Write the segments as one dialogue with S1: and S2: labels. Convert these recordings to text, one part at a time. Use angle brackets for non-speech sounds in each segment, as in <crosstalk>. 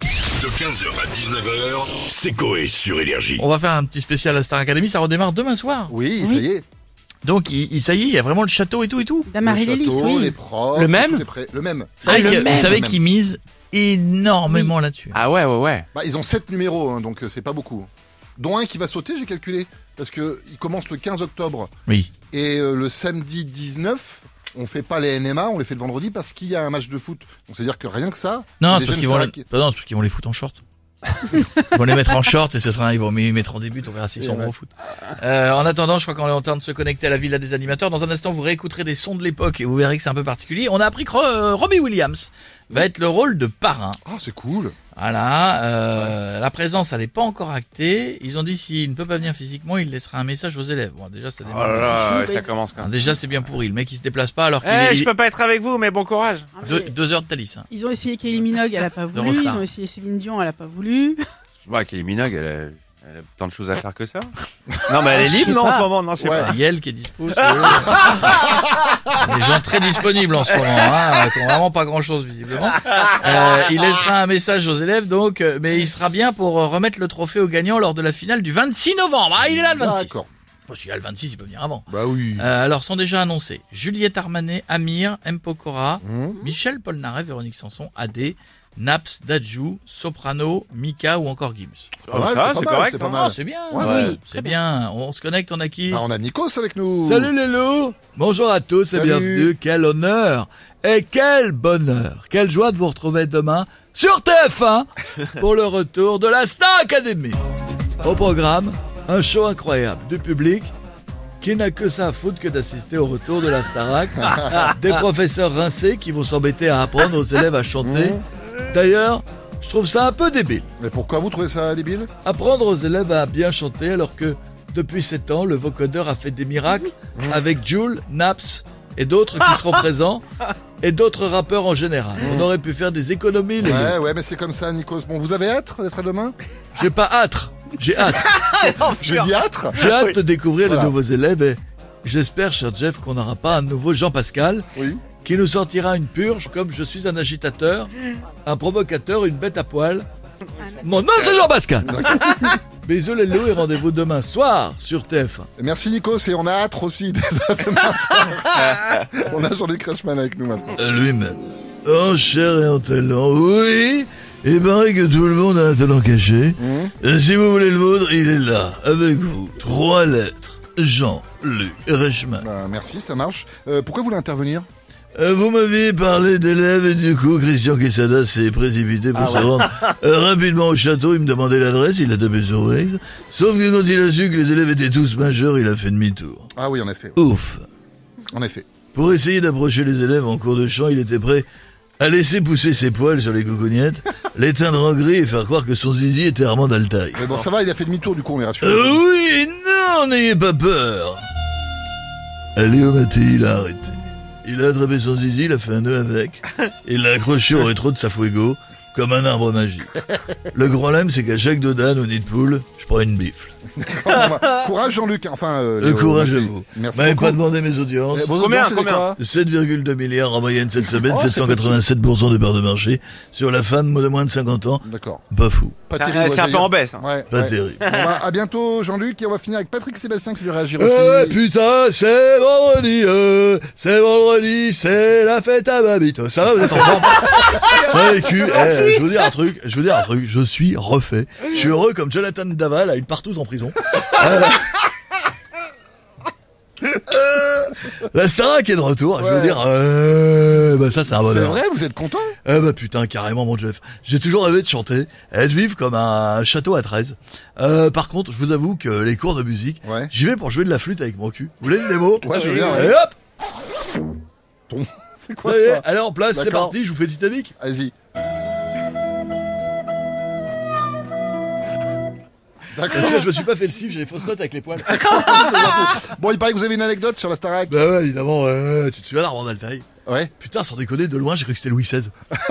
S1: De 15h à 19h, c'est Coé sur Énergie.
S2: On va faire un petit spécial à Star Academy, ça redémarre demain soir.
S3: Oui,
S4: Oui.
S3: ça y est.
S2: Donc, il, il- ça y est, il y a vraiment le château et tout et tout.
S4: Damary
S3: le
S4: Lillis,
S3: château, les
S4: oui.
S3: profs,
S5: Le même
S3: tout est prêt. Le même.
S2: C'est vrai
S5: Ah, le
S2: que-
S5: même.
S2: vous savez
S3: Le même.
S2: qu'ils misent énormément là-dessus.
S5: Ah ouais, ouais, ouais.
S3: Bah, ils ont 7 numéros, hein, donc euh, c'est pas beaucoup. Dont un qui va sauter, j'ai calculé. Parce que il commence le 15 octobre.
S2: Oui.
S3: Et euh, le samedi 19, on fait pas les NMA, on les fait le vendredi parce qu'il y a un match de foot. Donc c'est-à-dire que rien que ça,
S2: Non,
S3: les
S2: c'est parce
S3: jeunes
S2: qu'ils vont,
S3: Star
S2: les-
S3: Ac-
S2: non, non, c'est parce qu'ils vont les foutre
S3: <laughs>
S2: en short. ils vont les mettre en short et ce sera, ils vont les mettre en début, on verra s'ils sont
S3: Ouais.
S2: bons au foot. Euh, en attendant, je crois qu'on est en train de se connecter à la villa des animateurs. Dans un instant, vous réécouterez des sons de l'époque et vous verrez que c'est un peu particulier. On a appris que euh, Robbie Williams va être le rôle de parrain.
S3: Ah, c'est cool.
S2: Voilà, euh, la présence, elle n'est pas encore actée. Ils ont dit s'il ne peut pas venir physiquement, il laissera un message aux élèves. Bon, déjà, ça
S5: Oh
S2: démarre.
S5: là là,
S4: Chou,
S5: ouais, ça
S4: baby.
S5: commence quand
S2: Alors,
S5: même.
S2: déjà, c'est bien pourri. Le mec, il se déplace pas alors
S5: Eh,
S2: qu'il est
S5: je peux pas être avec vous, mais bon courage.
S4: Ah, mais
S2: deux, deux heures de Thalys. hein.
S4: Ils ont essayé Kylie Minogue, elle a pas voulu.
S2: Eurostar.
S4: Ils ont essayé Céline Dion, elle a pas voulu.
S5: Ouais, Kelly Minogue, elle a, elle a tant de choses à faire que ça. non, mais elle est libre, non, en ce moment, non, je sais
S3: Ouais.
S5: pas.
S2: Il y a Yel qui est dispo.
S5: <laughs>
S2: si vous voulez. Des gens très disponibles en ce moment, hein, qui ont vraiment pas grand chose visiblement. Euh, il laissera un message aux élèves donc, euh, mais il sera bien pour euh, remettre le trophée au gagnant lors de la finale du 26 novembre. Ah, il est là le 26.
S3: D'accord.
S2: Bon, s'il est là le 26, il peut venir avant.
S3: Bah oui.
S2: Euh, alors sont déjà annoncés Juliette Armanet, Amir, M. Pokora,
S3: Hum.
S2: Michel Polnareff, Véronique Sanson, Adé, Naps, Dajou, Soprano, Mika ou encore Gims.
S3: C'est pas
S5: Comme
S3: mal,
S5: ça, c'est
S3: pas mal,
S5: correct,
S3: c'est pas
S5: hein.
S2: Ah,
S3: mal.
S2: c'est bien.
S3: Ouais,
S4: oui,
S2: c'est bien. On se connecte, on a qui
S3: Ah, on a Nikos avec nous.
S2: Lolo Bonjour à tous
S3: Salut. bienvenue.
S2: Quel honneur et quel bonheur Quelle joie de vous retrouver demain sur TF1 pour le retour de la Star Academy Au programme, un show incroyable du public qui n'a que ça à foutre que d'assister au retour de la Starac. Des professeurs rincés qui vont s'embêter à apprendre aux élèves à chanter. D'ailleurs, je trouve ça un peu débile.
S3: Mais pourquoi vous trouvez ça débile
S2: Apprendre aux élèves à bien chanter alors que depuis 7 ans, le vocodeur a fait des miracles
S3: Mmh.
S2: avec Jules, Naps et d'autres qui
S3: <laughs>
S2: seront présents et d'autres rappeurs en général. On aurait pu faire des économies, les gars.
S3: Ouais, ouais, mais c'est comme ça, Nikos. Bon, vous avez hâte d'être à demain
S2: J'ai pas hâte. J'ai hâte.
S3: <laughs>
S2: Oh,
S3: J'ai dit hâte
S2: J'ai hâte de découvrir
S3: Voilà.
S2: les nouveaux élèves et j'espère, cher Jeff, qu'on n'aura pas un nouveau Jean-Pascal
S3: Oui.
S2: qui nous sortira une purge comme je suis un agitateur, un provocateur, une bête à poil. Mon nom, c'est Jean-Pascal. <laughs> Bisous les loups et rendez-vous demain soir sur TF1.
S3: Merci Nikos et on a hâte aussi d'être à demain soir. on a Jean-Luc Reichmann avec nous maintenant.
S2: Euh, lui-même. Oh, En chair et en talent, oui Et pareil que tout le monde a un talent caché. Euh, Si vous voulez le vôtre, il est là, avec vous. Trois lettres. Jean-Luc Reichmann.
S3: Ben, merci, ça marche. Euh, pourquoi vous voulez intervenir
S2: Euh, vous m'aviez parlé d'élèves et du coup, Christian Quesada s'est précipité pour se rendre euh, rapidement au château. Il me demandait l'adresse, il a tapé sur Waze. Sauf que quand il a su que les élèves étaient tous majeurs, il a fait demi-tour.
S3: Ah oui, en effet.
S2: Ouf
S3: En effet.
S2: Pour essayer d'approcher les élèves en cours de chant, il était prêt à laisser pousser ses poils sur
S3: <laughs>
S2: les cocognettes, les teindre en gris et faire croire que son zizi était Armand d'Altaï.
S3: Mais bon, ça va, il a fait demi-tour du coup, on est rassuré.
S2: Euh,
S3: <laughs>
S2: oui, non, n'ayez pas peur Léo Maté, il a arrêté. Il a attrapé son zizi, il a fait un nœud avec, et il l'a accroché au rétro de sa fuego, comme un
S3: <laughs>
S2: arbre magique. Le grand lème, c'est qu'à chaque dodane ou nid de poule, je prends une bifle.
S3: courage Jean-Luc, enfin... euh,
S2: Le
S3: Léo,
S2: courage à
S3: merci.
S2: vous.
S3: Merci
S5: Bah,
S2: M'avez
S3: beaucoup.
S2: pas demandé mes audiences.
S3: Eh, vos
S5: Combien,
S3: audiences, c'était
S5: combien
S3: quoi
S2: 7,2 milliards en moyenne cette semaine,
S3: Oh, c'est
S2: 787% de part de marché sur la femme de moins de 50 ans.
S3: D'accord.
S2: Pas fou,
S3: Pas
S5: C'est
S3: terrible.
S5: un- c'est un peu en baisse. hein.
S3: Ouais,
S2: pas
S3: ouais.
S2: terrible.
S3: Bon, bah, à bientôt Jean-Luc et on va finir avec Patrick Sébastien qui veut réagir aussi.
S5: Euh,
S2: Eh putain, c'est vendredi, euh, c'est vendredi, c'est la fête à ma bite. Ça va, vous êtes en <laughs> forme Ça va, les culs Eh, Je vous dire un truc, je vous dire un truc, je suis refait. Je suis heureux comme Jonathan Daval à une partouze en <laughs> prison. Euh, euh, La Sarah qui est de retour, je veux
S3: Ouais.
S2: dire, euh, bah ça c'est un
S3: c'est
S2: bonheur.
S3: vrai, vous êtes content
S2: Eh bah putain, carrément mon Jeff. J'ai toujours rêvé de chanter et de vivre comme un château à 13. Euh, par contre, je vous avoue que les cours de musique,
S3: Ouais.
S2: j'y vais pour jouer de la flûte avec mon cul. Vous voulez une démo
S3: Ouais, je veux
S2: Et
S3: bien. ouais.
S2: hop
S3: Ton- C'est quoi
S2: ça y est,
S3: ça
S2: Allez en place, c'est
S3: D'accord.
S2: parti, je vous fais Titanic.
S3: Vas-y. D'accord.
S2: Parce que je me suis pas fait le cif, j'ai les fausses notes avec
S3: <laughs>
S2: les poils.
S3: Bon, il paraît que vous avez une anecdote sur la Starac.
S2: bah ouais, évidemment, euh, tu te souviens d'Armand Altaï
S3: Ouais,
S2: Putain, sans déconner, de loin j'ai cru que c'était Louis XVI. <laughs>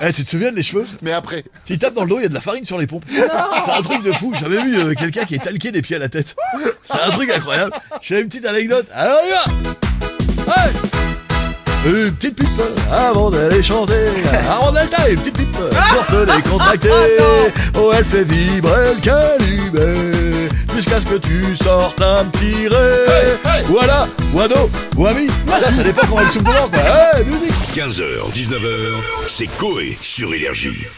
S2: Eh, tu te souviens de les cheveux
S3: mais après.
S2: Tu tapes dans le dos, il y a de la farine sur les pompes. C'est un truc de fou. J'avais vu euh, quelqu'un qui est talqué des pieds à la tête. C'est un truc incroyable. J'ai une petite anecdote. Alors, on y va. Hey Une petite pipe avant d'aller chanter. Arondalta, une petite pipe
S3: Ah.
S2: pour te
S3: <laughs>
S2: décontracter. Oh, elle fait vibrer le calibet jusqu'à ce que tu sortes un petit ré.
S3: Hey, hey.
S2: Voilà, Wado, Wami. Là, ça dépend comment elle souffle dedans, quoi. Hey, musique.
S1: 15h, 19h, c'est Coé sur Énergie.